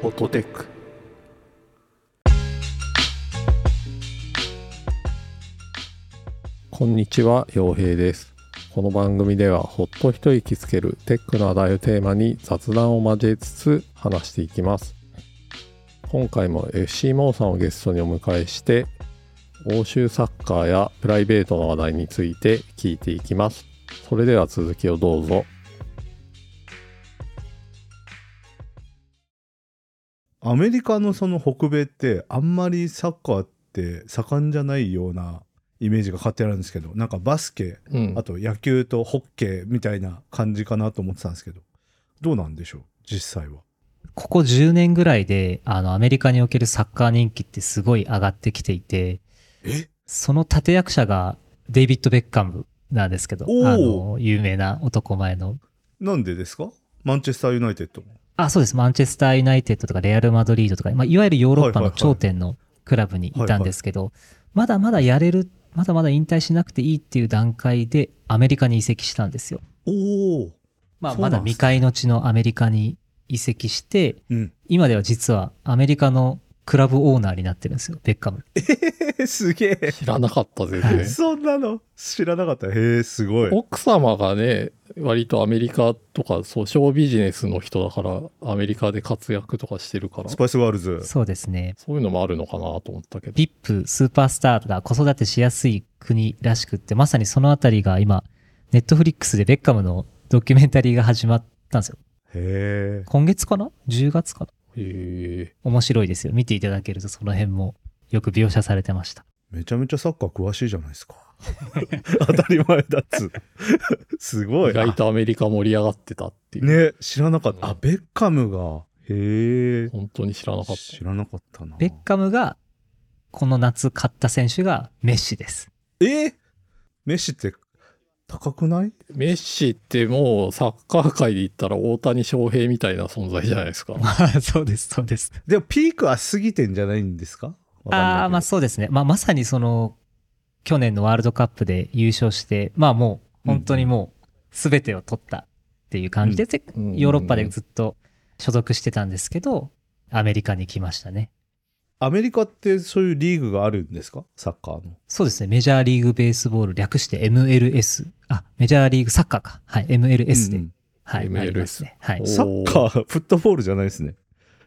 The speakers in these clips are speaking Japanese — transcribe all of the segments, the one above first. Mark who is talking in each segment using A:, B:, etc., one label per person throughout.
A: フォトテックこんにちは陽平ですこの番組ではほっと一息つけるテックの話題をテーマに雑談を交えつつ話していきます今回も FC モーさんをゲストにお迎えして欧州サッカーやプライベートの話題について聞いていきますそれでは続きをどうぞ
B: アメリカのその北米ってあんまりサッカーって盛んじゃないようなイメージが勝手にあるんですけどなんかバスケ
A: うん
B: あと野球とホッケーみたいな感じかなと思ってたんですけどどうなんでしょう実際は。
C: ここ10年ぐらいで、あの、アメリカにおけるサッカー人気ってすごい上がってきていて、
B: え
C: その立役者がデイビッド・ベッカムなんですけど、
B: おー
C: あの、有名な男前の。
B: なんでですかマンチェスターユナイテッド。
C: あ、そうです。マンチェスター・ユナイテッドとかレアル・マドリードとか、まあ、いわゆるヨーロッパ
B: はいは
C: の
B: いはい
C: 頂点のクラブにいたんですけど、まだまだやれる、まだまだ引退しなくていいっていう段階でアメリカに移籍したんですよ。
B: おお、
C: まあ、
B: そうな
C: ま
B: んですね
C: だ未開の地のアメリカに移籍して、
B: うん、
C: 今では実はアメリカのクラブオーナーになってるんですよ、ベッカム。
B: すげえ
A: 知らなかったです
C: は
A: ね
C: い
B: そんなの知らなかったへえすごい
A: 奥様がね割とアメリカとかそうショービジネスの人だからアメリカで活躍とかしてるから
B: スパイスガールズ
C: そうですね。
A: そういうのもあるのかなと思ったけど
C: VIP、スーパースターが子育てしやすい国らしくって、まさにそのあたりが今、ネットフリックスでベッカムのドキュメンタリーが始まったんですよ。
B: へえ
C: 今月かな ?10 月かな
A: へえ
C: 面白いですよ。見ていただけるとその辺もよく描写されてました。
B: めちゃめちゃサッカー詳しいじゃないです か当たり前だっつすごい
A: 意外とアメリカ盛り上がってたっていう、
B: ね知らなかった、
A: う
B: あ
A: ん
B: ベッカムがへえ
A: 本当に知らなかっ
B: 知らなかったな
C: ベッカムが、この夏買った選手がメッシです。
B: えーメッシって高くない
A: たメッシってもうサッカー界で言ったら大谷翔平みたいな存在じゃないですか
C: そうです、そうです。
B: でもピークは過ぎてんじゃないんですかわかんないけど
C: ああー、まあそうですね。まあまさにその、去年のワールドカップで優勝して、まあもう、本当にもう、すべてを取ったっていう感じで、で
A: うん
C: ヨーロッパでずっと所属してたんですけど、アメリカに来ましたね。
B: アメリカってそういうリーグがあるんですかサッカーの
C: そうですね。メジャーリーグベースボール、略して MLS。あ、メジャーリーグサッカーか。はい、MLS で。
B: うん
C: はい、
A: MLS
C: ありますね。はい
A: お
B: うん。サッカーフットボールじゃないですね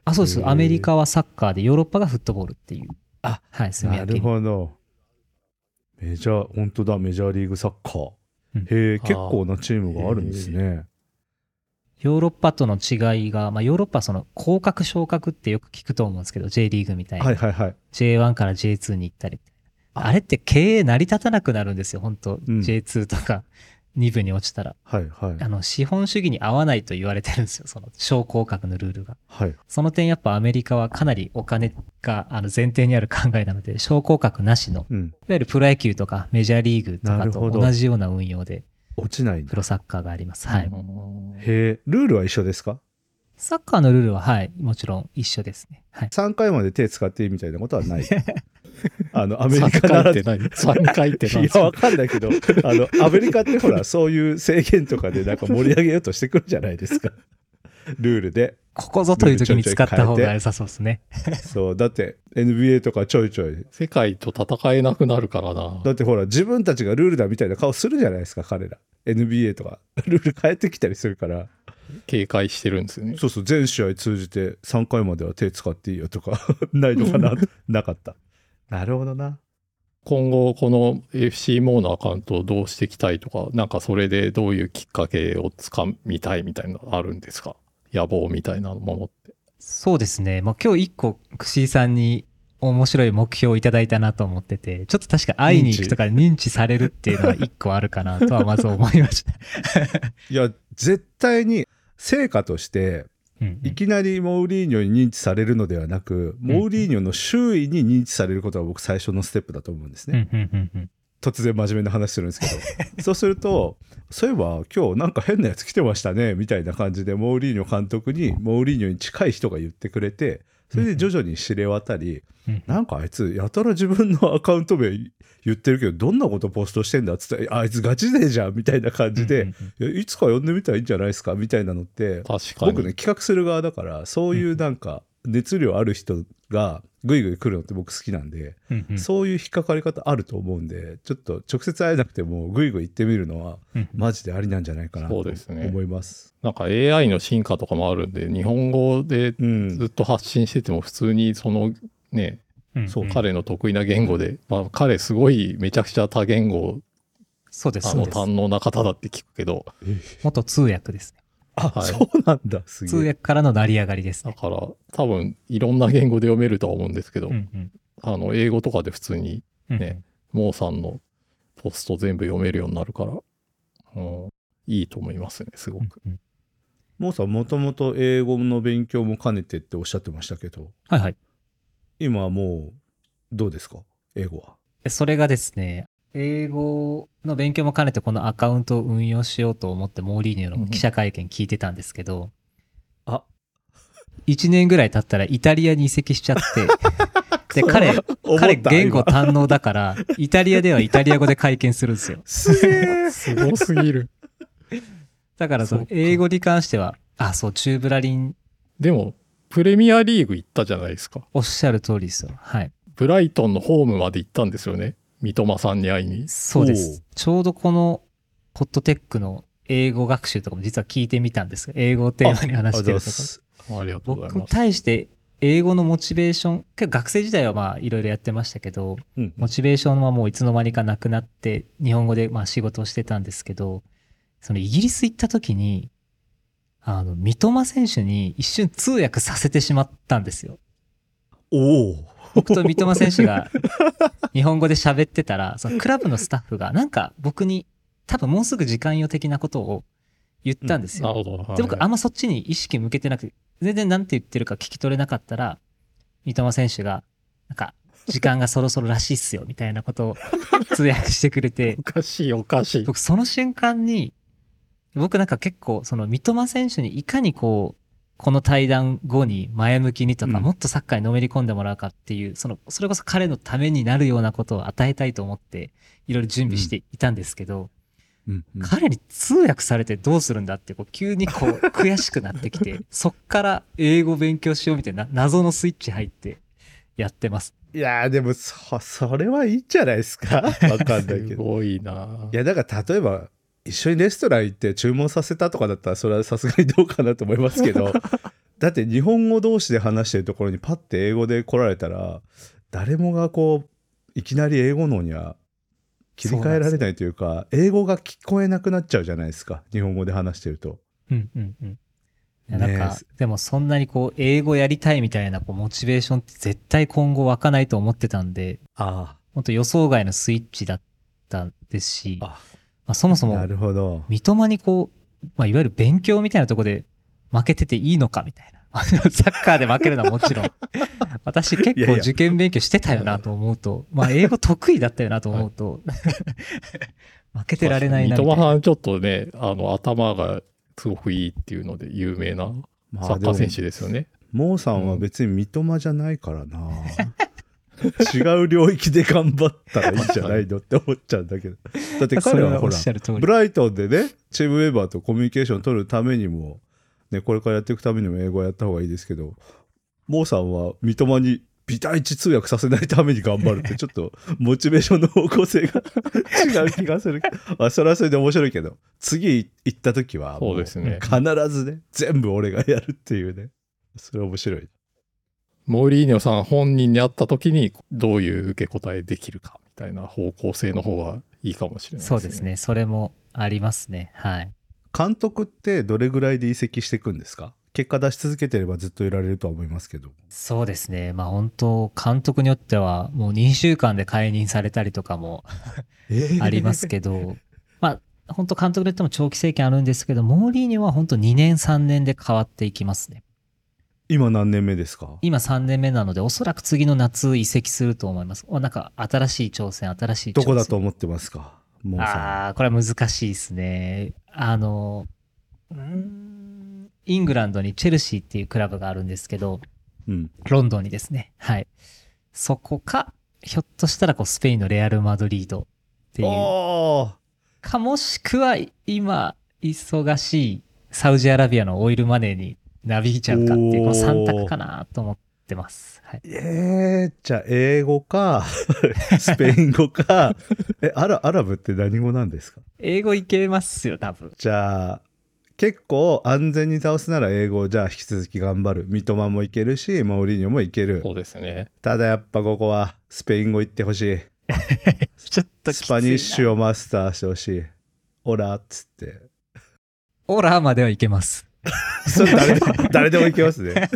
C: あ、そうで
A: へ
C: す。
A: ー
C: アメリカはサッカーで、ヨーロッパがフットボールっていう。
B: あ、
C: はい、すみ
B: な
C: やけ
B: る
C: に。
B: ほどメジャー本当だメジャーリーグサッカー、
C: うん
B: へえ
A: あー
B: 結構なチームがあるんですね
C: ヨーロッパとの違いが、まあ、ヨーロッパはその降格昇格ってよく聞くと思うんですけど、J リーグみたいに、
B: はいはいはい、
C: J1 から J2 に行ったり。あれって経営成り立たなくなるんですよ、本当、
B: ん
C: J2 とか2部に 落ちたら。
B: はいはい
C: あの、資本主義に合わないと言われてるんですよ、その昇降格のルールが。
B: はい
C: その点やっぱアメリカはかなりお金があの前提にある考えなので、昇降格なしの、
B: うん
C: いわゆるプロ野球とかメジャーリーグと
B: な
C: か
B: るほ
C: と
B: ど
C: 同じような運用で
B: 落ちないんだ
C: プロサッカーがあります。はい。
A: うん
B: へえルールは一緒ですか
C: サッカーのルールは、はい、もちろん一緒ですね。はい。
B: 3回まで手使っていいみたいなことはない あのアメリ
A: 3
B: カな
A: 回
B: ら
A: って 何 ?3 回って何
B: いやわかんないけどあのアメリカってほらそういう制限とかでなんか盛り上げようとしてくるじゃないですか ルールで
C: ここぞという時に使った方が良さそうですね。
B: そうだって NBA とかちょいちょい
A: 世界と戦えなくなるからな
B: だってほら自分たちがルールだみたいな顔するじゃないですか彼ら NBA とかルール変えてきたりするから
A: 警戒してるんですよね
B: そうそう全試合通じて3回までは手使っていいよとか ないのか ななかったなるほどな
A: 今後この FC モーのアカウントをどうしていきたいとかなんかそれでどういうきっかけをつかみたいみたいなのあるんですか野望みたいなものって
C: そうですね。まあ、今日一個、クシーさんに面白い目標をいただいたなと思ってて、ちょっと確か会いに行くとか認知されるっていうのは一個あるかなとはまず思いました。
B: いや絶対に成果として
C: うんうん
B: いきなりモーリーニョに認知されるのではなく、モーリーニョの周囲に認知されることが僕最初のステップだと思うんです
C: う
B: ね、
C: んうんうんうん
B: 突然真面目な話するんですけ どそうするとそういえば今日なんか変なやつ来てましたねみたいな感じでモーリーニョ監督にモーリーニョに近い人が言ってくれてそれで徐々に知れ渡り、
C: うん
B: なんかあいつやたら自分のアカウント名言ってるけどどんなことポストしてんだっつってあいつガチ勢じゃんみたいな感じで、
C: うんうん
B: いやいつか呼んでみたらいいんじゃないですかみたいなのって
A: 確かに
B: 僕ね企画する側だからそういうなんか熱量ある人がぐいぐい来るのって僕好きなんで、
C: うんうん
B: そういう引っかかり方あると思うんでちょっと直接会えなくてもぐいぐい行ってみるのは
C: うんうん
B: マジでありなんじゃないかなと
A: そうですね
B: 思います。
A: なんか AI の進化とかもあるんで、日本語で
B: うん
A: ずっと発信してても普通にそのね、
C: うんうん
B: そう
A: 彼の得意な言語で、まあ彼すごいめちゃくちゃ多言語、
C: そうです
A: あ
C: そう
A: の
C: です
A: 堪能な方だって聞くけど、
C: 元通訳ですね
B: あ、
A: はい
B: そうなんだす
C: 通
B: げえ。
C: 訳からの成り上がりです
A: だ
C: ね、
A: から多分いろんな言語で読めるとは思うんですけど、
C: うんうん
A: あの英語とかで普通に
C: うんうん
A: ねモーさんのポスト全部読めるようになるから、うん、いいと思いますね、すご
C: うん
A: く。
C: うん
B: もうさんもともと英語の勉強も兼ねてっておっしゃってましたけど
C: はいはい
B: 今はもうどうですか英語は。
C: でそれがですね、英語の勉強も兼ねてこのアカウントを運用しようと思ってモーリーニョの記者会見聞いてたんですけど、
B: あ
C: 1年ぐらい経ったらイタリアに移籍しちゃって、で、彼、彼言語
B: 今
C: 堪能だから、イタリアではイタリア語で会見するんですよ。
B: す げえ
A: すごすぎる。
C: だからそ
A: そ
C: の
A: っか
C: 英語に関しては、あ、そう、チューブラリン
A: でも、プレミアリーグ行ったじゃないですか。
C: おっしゃる通りですよ。はい。
A: ブライトンのホームまで行ったんですよね。三笘さんに会いに。
C: そうで
B: おう
C: す。ちょうどこのホットテックの英語学習とかも実は聞いてみたんですが英語をテーマに
B: あ
C: 話
B: りがとうご
C: し
B: ざ
C: て
B: いま
C: るところ。
B: す。
A: ありがとうござい
C: 僕に
A: ます。
C: 対して英語のモチベーション結構学生時代はまあいろいろやってましたけど
B: うん
C: モチベーションはもういつの間にかなくなって日本語でまあ仕事をしてたんですけどそのイギリス行った時にあの三笘選手に一瞬通訳させてしまったん ですよ。
B: おお。
C: 僕と三笘選手が日本語で喋ってたらそのクラブのスタッフがなんか僕に多分もうすぐ時間よ的なことを言ったんですよ
A: な。るほど。はい
C: で、僕、あんまそっちに意識向けてなくて、全然なんて言ってるか聞き取れなかったら、三笘選手が、なんか、時間がそろそろらしいっすよ、みたいなことを通訳してくれて
A: お、かしい、おかしい。
C: 僕、その瞬間に、僕なんか結構、その三笘選手にいかにこう、この対談後に前向きにとか、
B: うん
C: もっとサッカーにのめり込んでもらうかっていう、その、それこそ彼のためになるようなことを与えたいと思って、いろいろ準備していたんですけど、
B: うんうん
C: 彼に通訳されてどうするんだってこう急にこう悔しくなってき てそっから英語勉強しようみたいな謎のスイッチ入ってやってます
B: いやーでもそそれはいいんじゃないですか わかんないけ
A: す
B: ど。
A: ごいない
B: やだから例えば一緒にレストラン行って注文させたとかだったらそれはさすがにどうかなと思いますけ どだって日本語同士で話してるところにパッて英語で来られたら誰もがこういきなり英語能には切り替えられないというか英語が聞こえなくなっちゃうじゃないですか日本語で話してると。
C: うんうんうんいやなんか、
B: ね
C: でもそんなにこう英語やりたいみたいなこうモチベーションって絶対今後湧かないと思ってたんで
B: あ
C: 本当予想外のスイッチだったですし
B: あ
C: まあ、そもそ
B: な
C: も
B: るほど。
C: 三笘にこう、まあ、いわゆる勉強みたいなところで負けてていいのかみたいな。 サッカーで負けるのはもちろん。私
B: い
C: 結
B: やい
C: 構
B: や
C: 受験勉強してたよなと思うと、まあ英語得意だったよなと思うと、負けてられないなみ
A: 三
C: たい
A: 笘
C: な。
A: さん、ちょっとね、あの、頭がすごくいいっていうので有名な
B: まあ
A: サッカー選手
B: でも
A: ですよね。
B: モーさんは別に三笘じゃないからな、違う領域で頑張ったらいいんじゃないのって思っちゃうんだけどだって
C: そ
B: 彼
C: れ
B: は
C: はお
B: ほ
C: っ
B: ら
C: しゃる通り
B: ブ。ライトンでねチームメンバーとコミュニケーション取るためにも、ね、これからやっていくためにも英語はやった方がいいですけどモーさんは三笘にビタ一通訳させないために頑張るっ てちょっとモチベーションの方向性が違う気がす るけどまあそれはそれで面白いけど次行った時はも
A: そうですね。
B: 必ずね全部俺がやるっていうねそれは面白い
A: モーリーニョさん本人に会った時にどういう受け答えできるかみたいな方向性の方がいいかもしれない
C: そうです。ね。それもありますね。はい。
B: 監督ってどれぐらいで移籍していくんですか結果出し続けてればずっといられるとは思いますけど
C: そうですね。まあ本当、監督によってはもう2週間で解任されたりとかもありますけど、まあ、本当監督で言っても長期政権あるんですけど、モーリーニョは本当2年3年で変わっていきますね。
B: 今何年目ですか
C: 今3年目なので、おそらく次の夏移籍すると思います。おなんか新しい挑戦、新しい挑戦。
B: どこだと思ってますかもうさ
C: ああ、これは難しいですね。あの、うーん、イングランドにチェルシーっていうクラブがあるんですけど、
B: ん、うん、
C: ロンドンにですね。はい。そこか、ひょっとしたらこうスペインのレアル・マドリードっていう。
B: おー
C: かもしくは今忙しいサウジアラビアのオイルマネーになびいちゃうかっていう、この3
B: おー
C: 択かなと思ってます。はい。
B: えー、じゃあ英語か スペイン語かえアラアラブって何語なんですか
C: 英語いけますよ、多分。
B: じゃあ結構安全に倒すなら英語じゃあ引き続き頑張る三笘もいけるしモーリーニョもいける
A: そうですね。
B: ただやっぱここはスペイン語言ってほしい
C: ちょっときつい
B: ス
C: な
B: パニッシュをマスターしてほしいオラっつって
C: オラまではいけます。
B: それ誰でも誰でもいけますね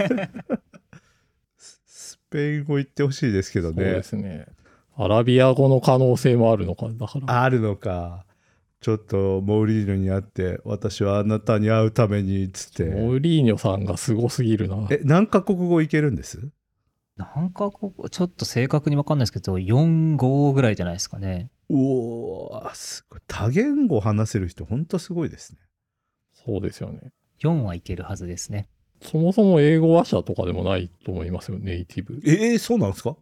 B: ススペイン語言ってほしいですけ
A: そ
B: ど
A: う
B: ね
A: ですね。アラビア語の可能性もあるのか、だから。
B: あるのかちょっとモーリーニョに会って私はあなたに会うためにっつって
A: モーリーニョさんがすごすぎるな。
B: え何カ国語いけるんです
C: なんかここ、ちょっと正確にわかんないですけど、4、5ぐらいじゃないですかね。
B: おおすごい多言語話せる人ほんとすごいですね
A: そうですよね。
C: 4はいけるはずですね。
A: そもそも英語話者とかでもないと思いますよ、ネイティブ。
B: えー、そうなんですか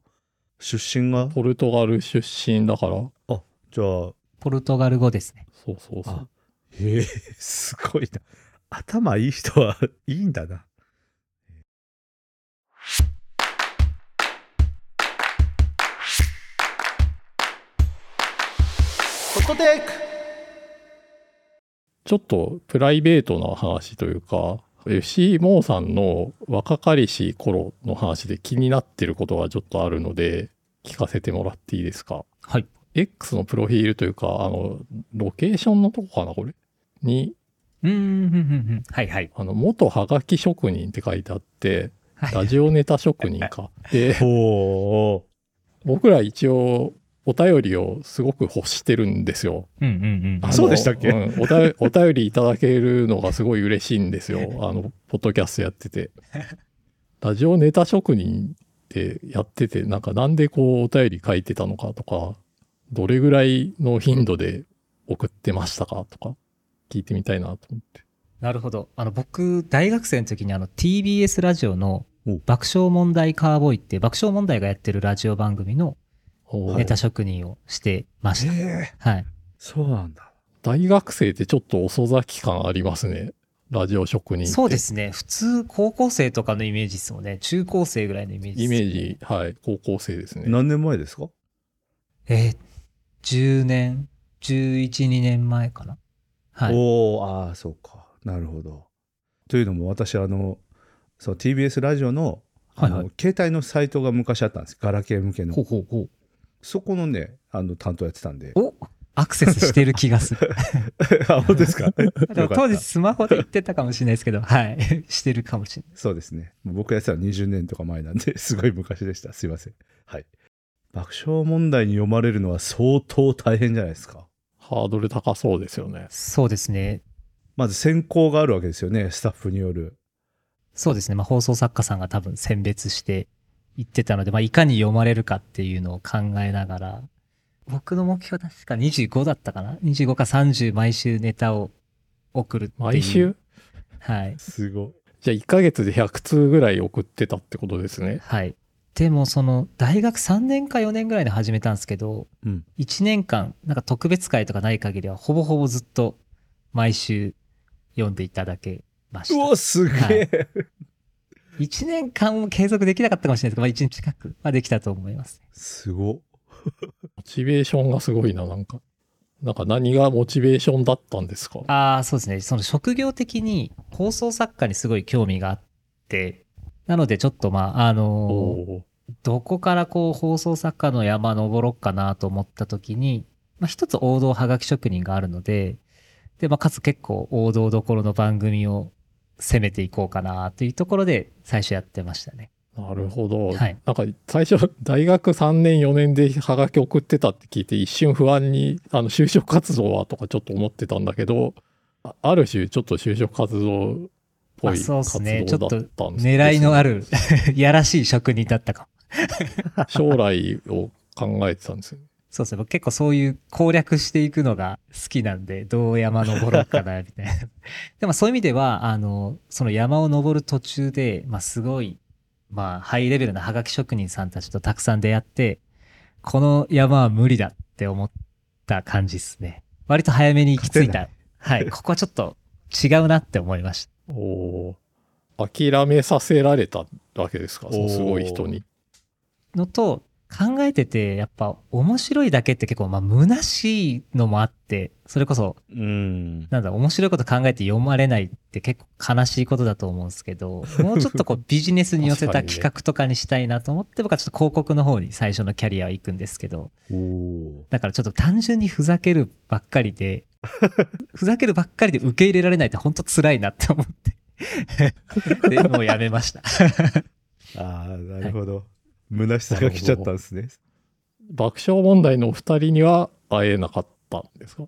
B: 出身が
A: ポルトガル出身だから、
B: じゃあ
C: ポルトガル語ですね。
A: そうそうそ
B: あ
A: う。
B: へえすごいな。頭いい人はいいんだな。ここで
A: ちょっとプライベートな話というか、FC モーさんの若かりし頃の話で気になってることがちょっとあるので、聞かせてもらっていいですか
C: はい。
A: X のプロフィールというか、あの、ロケーションのとこかな、これ。に、
C: うーん、ふんふんふんはいはい。
A: あの、元はがき職人って書いてあって、
C: はい
A: ラジオネタ職人か。で、
B: おー
A: 僕ら一応、お便りをすごく欲してるんですよ。
C: うんうん
A: あの
B: そうでしたっけ
A: うんお便お便りいただけるのがすごい嬉しいんですよ。 あの、ポッドキャストやってて。ラジオネタ職人ってやってて、なんかなんでこうお便り書いてたのかとか、どれぐらいの頻度で送ってましたかとか、聞いてみたいなと思って。
C: なるほど。あの、僕、大学生の時にあの、TBS ラジオの
B: お
C: 爆笑問題カーボーイって、爆笑問題がやってるラジオ番組の
A: おー
C: ネタ職人をしてま
B: へ
C: した。
B: え
C: はい。
B: そうなんだ。
A: 大学生ってちょっと遅咲き感ありますね。ラジオ職人って。
C: そうですね。普通、高校生とかのイメージですもんね。中高生ぐらいのイメージです。
A: イメージ、はい、高校生ですね。
B: 何年前ですか
C: えー、10年、11、2年前かな。はい。
B: おおああそうかなるほど。というのも私あのそう TBS ラジオのあの、
C: はいは
B: 携帯のサイトが昔あったんですガラケー向けの
C: ほうほうほう。
B: そこのねあの担当やってたんで
C: おアクセスしてる気がする。
B: あ本当です か
C: で
B: よ
C: も
B: かった
C: 当時スマホで言ってたかもしれないですけど、はい。 してるかもしれない。
B: そうですね。もう僕やってたのは20年とか前なんで、 すごい昔でした。すいません。はい。爆笑問題に読まれるのは相当大変じゃないですか。
A: ハードル高そうですよね。
C: そうですね。
B: まず選考があるわけですよね、スタッフによる。
C: そうですね。まあ、放送作家さんが多分選別して言ってたので、まあ、いかに読まれるかっていうのを考えながら、僕の目標は確か25だったかな ?25 か30毎週ネタを送るっていう。
A: 毎週
C: はい。
B: すごい。
A: じゃあ1ヶ月で100通ぐらい送ってたってことですね。
C: はい。でも、その、大学3年か4年ぐらいで始めたんですけど、
B: うん。
C: 1年間、なんか特別会とかない限りは、ほぼほぼずっと毎週読んでいただけまし
B: う
C: た。
B: お、すげえ。
C: 1年間も継続できなかったかもしれないですけど、まあ、1日近くはできたと思います。
B: すご。
A: モチベーションがすごいな、なんか。なんか何がモチベーションだったんですか
C: ああ、そうですね。その職業的に放送作家にすごい興味があって、なのでちょっとまあ、あ
A: お
C: のー
A: お
C: どこからこう放送作家の山登ろうかなと思った時に、まあ一つ王道はがき職人があるので、で、まあかつ結構王道どころの番組を攻めていこうかなというところで最初やってましたね。
A: ーなるほど。
C: はい
A: なんか最初、大学3年4年でハガキ送ってたって聞いて一瞬不安に、あの、就職活動はとかちょっと思ってたんだけど、あある種ちょっと就職活動っぽい
C: あ
A: 活
C: そう
A: 動だ
C: で
A: った
C: す
A: ん
C: ね
A: ですね。
C: 狙いのある、やらしい職人だったかも。
A: 将来を考えてたんですよね。
C: そうですね。僕結構そういう攻略していくのが好きなんで、どう山登ろうかな、みたいな。 でもそういう意味では、あの、その山を登る途中で、まあすごい、まあハイレベルなハガキ職人さんたちとたくさん出会って、この山は無理だって思った感じですね。割と早めに行き着いた。はい。ここはちょっと違うなって思いました。
A: おお。諦めさせられたわけですかそのすごい人に。
C: のと、考えてて、やっぱ面白いだけって結構、まあ、虚しいのもあって、それこそ、
B: うん。
C: なんだ、面白いこと考えて読まれないって結構悲しいことだと思うんですけど、 もうちょっとこうビジネスに寄せた企画とかにしたいなと思って、僕はちょっと広告の方に最初のキャリアは行くんですけど、
B: おお。
C: だからちょっと単純にふざけるばっかりで、 ふざけるばっかりで受け入れられないって本当辛いなって思って。 で、もうやめました。
B: ああ、なるほど。虚しさが来ちゃったんですね。
A: 爆笑問題のお二人には会えなかったんですか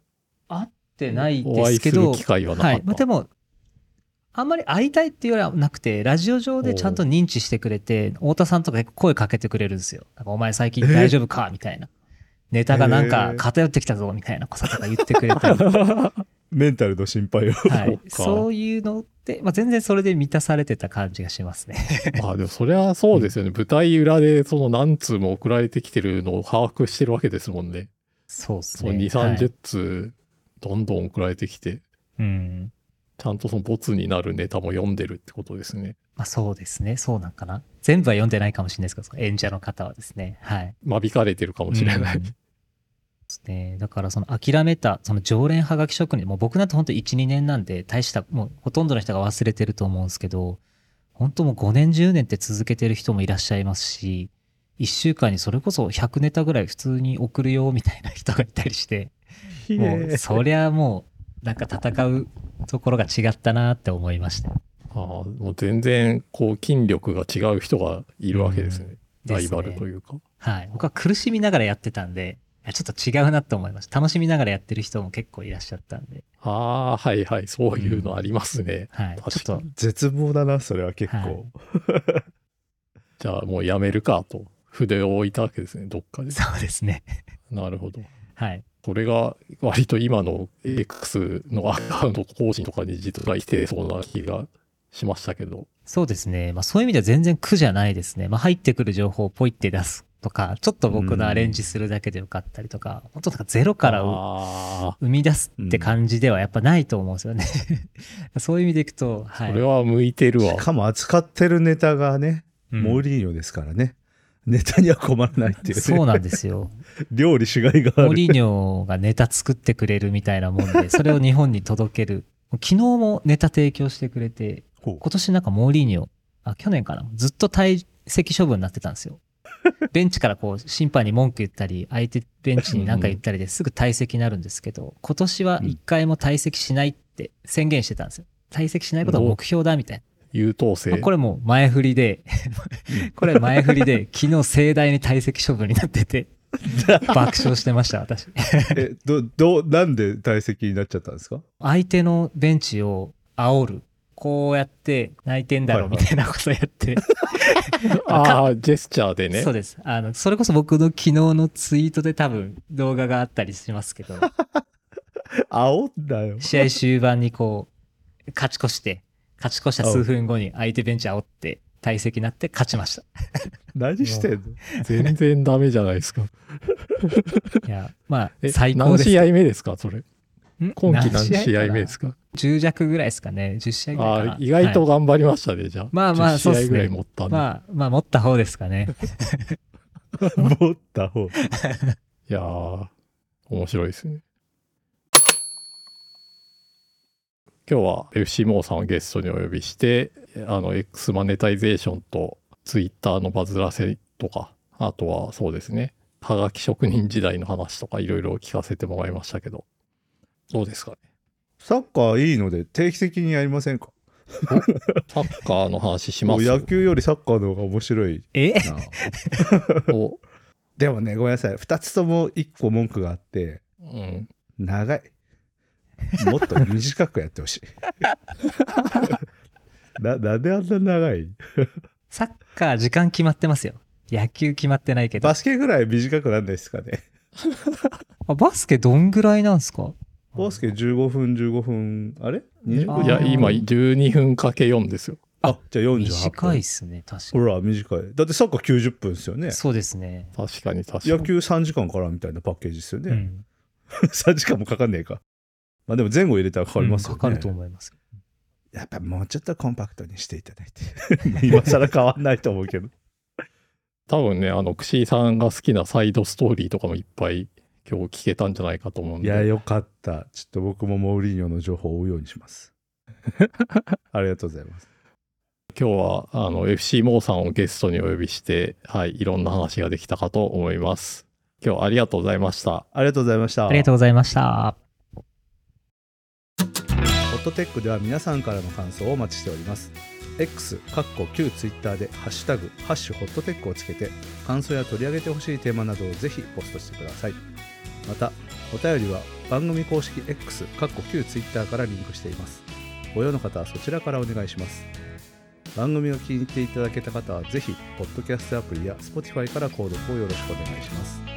C: 会ってない
A: お
C: で
A: 会い
C: す
A: す
C: け
A: る
C: ど、
A: 機会はなか
C: は
A: っ
C: い。まあ、
A: た
C: で。も、あんまり会いたいっていうよりはなくて、ラジオ上でちゃんと認知してくれて、太田さんとか結構声かけてくれるんですよ。なんかお前最近大丈夫かみたいな。ネタがなんか偏ってきたぞみたいなこととか言ってくれ たり。
B: メンタルの心配を。
C: はい。
A: そっか
C: そういうのって、まあ、全然それで満たされてた感じがしますね。
A: まあでもそれはそうですよね。舞台裏でその何通も送られてきてるのを把握してるわけですもんね。
C: そうです
A: そ
C: ね。
A: の2、
C: はい
A: 30通どんどん送られてきて、
C: うん。
A: ちゃんとそのボツになるネタも読んでるってことですね。
C: まあそうですね。そうなんかな。全部は読んでないかもしれないですけど、その演者の方はですね。はい。
A: 間引かれてるかもしれない。
C: うんですね。だからその諦めた、その常連はがき職人、もう僕なんて本当1、2年なんで、大した、もうほとんどの人が忘れてると思うんですけど、本当もう5年、10年って続けてる人もいらっしゃいますし、1週間にそれこそ100ネタぐらい普通に送るよみたいな人がいたりして、もうそりゃもう、なんか戦うところが違ったなって思いました。
A: ああもう全然こう筋力が違う人がいるわけですね。ライバル
C: です
A: と
C: ね
A: いうか。
C: はい。僕は苦しみながらやってたんで、いやちょっと違うなと思いました。楽しみながらやってる人も結構いらっしゃったんで、
A: ああ、はいはい、そういうのありますね。
C: はい。ちょ
A: 確
C: っと
A: か
B: 絶望だな、それは結構。
C: はい
A: じゃあもうやめるかと、筆を置いたわけですね、どっかで。
C: そうですね。
A: なるほど。
C: はい。
A: それが割と今の X のアカウント更新とかに実は生きてそうな気がしましたけど。
C: そうですね。まあそういう意味では全然苦じゃないですね。まあ入ってくる情報をポイって出すとか、ちょっと僕のアレンジするだけでよかったりとか、本当なんかゼロからう
A: あ
C: 生み出すって感じではやっぱないと思うんですよね。 そういう意味でいくと、
A: あ、
C: はい。
A: これは向いてるわ
B: し。かも扱ってるネタがね、
C: うん
B: モーリーニョですからね。ネタには困らないっていうね。
C: そうなんです よ。
B: 料理しがいがあ
C: モ
B: る。
C: リーニョがネタ作ってくれるみたいなもんで、それを日本に届ける。昨日もネタ提供してくれて、
B: ほう
C: 今年なんかモーリーニョ、あ、去年かな、ずっと退席処分になってたんです よ。ベンチからこう審判に文句言ったり、相手ベンチに何か言ったりですぐ退席になるんですけど、今年は一回も退席しないって宣言してたんですよ。退席しないことが目標だみたいな。
A: 優等生。
C: まあこれもう前振りで、 これ前振りで、昨日盛大に退席処分になっ てて、爆笑してました、私。
B: え、ど、ど、なんで退席になっちゃったんですか
C: 相手のベンチを煽る。こうやって泣いてんだろ
B: は
C: う
B: いは
C: み
B: い
C: たいなことやって。
A: ああ、ジェスチャーでね
C: そう。です。あの、それこそ僕の昨日のツイートで多分動画があったりしま すけど、
B: 煽んだよ。
C: 試合終盤にこう、勝ち越して、勝ち越した数分後に相手ベンチ煽って、退席になって勝ちま した。
B: 何してんの
A: 全然ダメじゃないですか。
C: いや、まあ、
A: え
C: 最高
A: 何
C: です
A: 試。合目ですかそれ。
C: ん
A: 今季何試合目です
C: か
A: か
C: ?10 弱ぐらいですかね。10試合ぐらいかな
A: ああ、意外と頑張りましたね、じゃあ。
C: まあまあ
A: 10
C: そうっすね
A: 試合ぐらい持ったんで。
C: まあ、まあ持った方ですかね。
B: 持った方。
A: いやー、面白いですね。今日は FC モーさんをゲストにお呼びして、あの、X マネタイゼーションと Twitter のバズらせとか、あとはそうですね、はがき職人時代の話とかいろいろ聞かせてもらいましたけど、どうですかね。
B: サッカーいいので定期的にやりませんか
A: サッカーの話し
B: も
A: ま
B: う
A: す
B: 野球よりサッカーの方が面白い
C: え
B: な。
A: お
B: でもね、ごめんなさい。二つとも一個文句があって、
A: うん。
B: 長い。もっと短くやってほしい。 な、なんであんな長い
C: サッカー時間決まってますよ。野球決まってないけど。
B: バスケぐらい短くなんないですかね。
C: あバスケどんぐらいなんすか
B: バスケ15分、15分、あれ ?20 分
C: あー
A: いや、今、12分かけ4ですよ。
B: あ、じゃあ48分。
C: 短いっすね、確か
B: ほら、短い。だってサッカー90分ですよね
C: に。。そうですね。
A: 確かに確か
B: 野
A: に。
B: 球3時間からみたいなパッケージですよね。
C: うん。
B: 3時間もかかんねえか。まあでも前後入れたらかかりますよね。
C: うんかかると思います。
B: いやっぱもうちょっとコンパクトにしていただいて 今更変わんないと思うけど
A: 多分ね、あの、串井さんが好きなサイドストーリーとかもいっぱい今日聞けたんじゃないかと思うん
B: い
A: で。
B: やよかったちょっと僕もモーリーニョの情報を追うようにします ありがとうございます
A: 今日はあの FC モーさんをゲストにお呼びして、はい、いろんな話ができたかと思います。今日はありがとうございました。
B: ありがとうございました
C: ありがとうございました。
B: ホットテックでは皆さんからの感想をお待ちしております。X、かっこ旧 Twitter で、ハッシュタグ、ハッシュホットテックをつけて、感想や取り上げてほしいテーマなどをぜひポストしてください。また、お便りは番組公式 X、かっこ旧 Twitter からリンクしています。ご用の方はそちらからお願いします。番組を気に入っていただけた方は、ぜひ、ポッドキャストアプリや Spotify から購読をよろしくお願いします。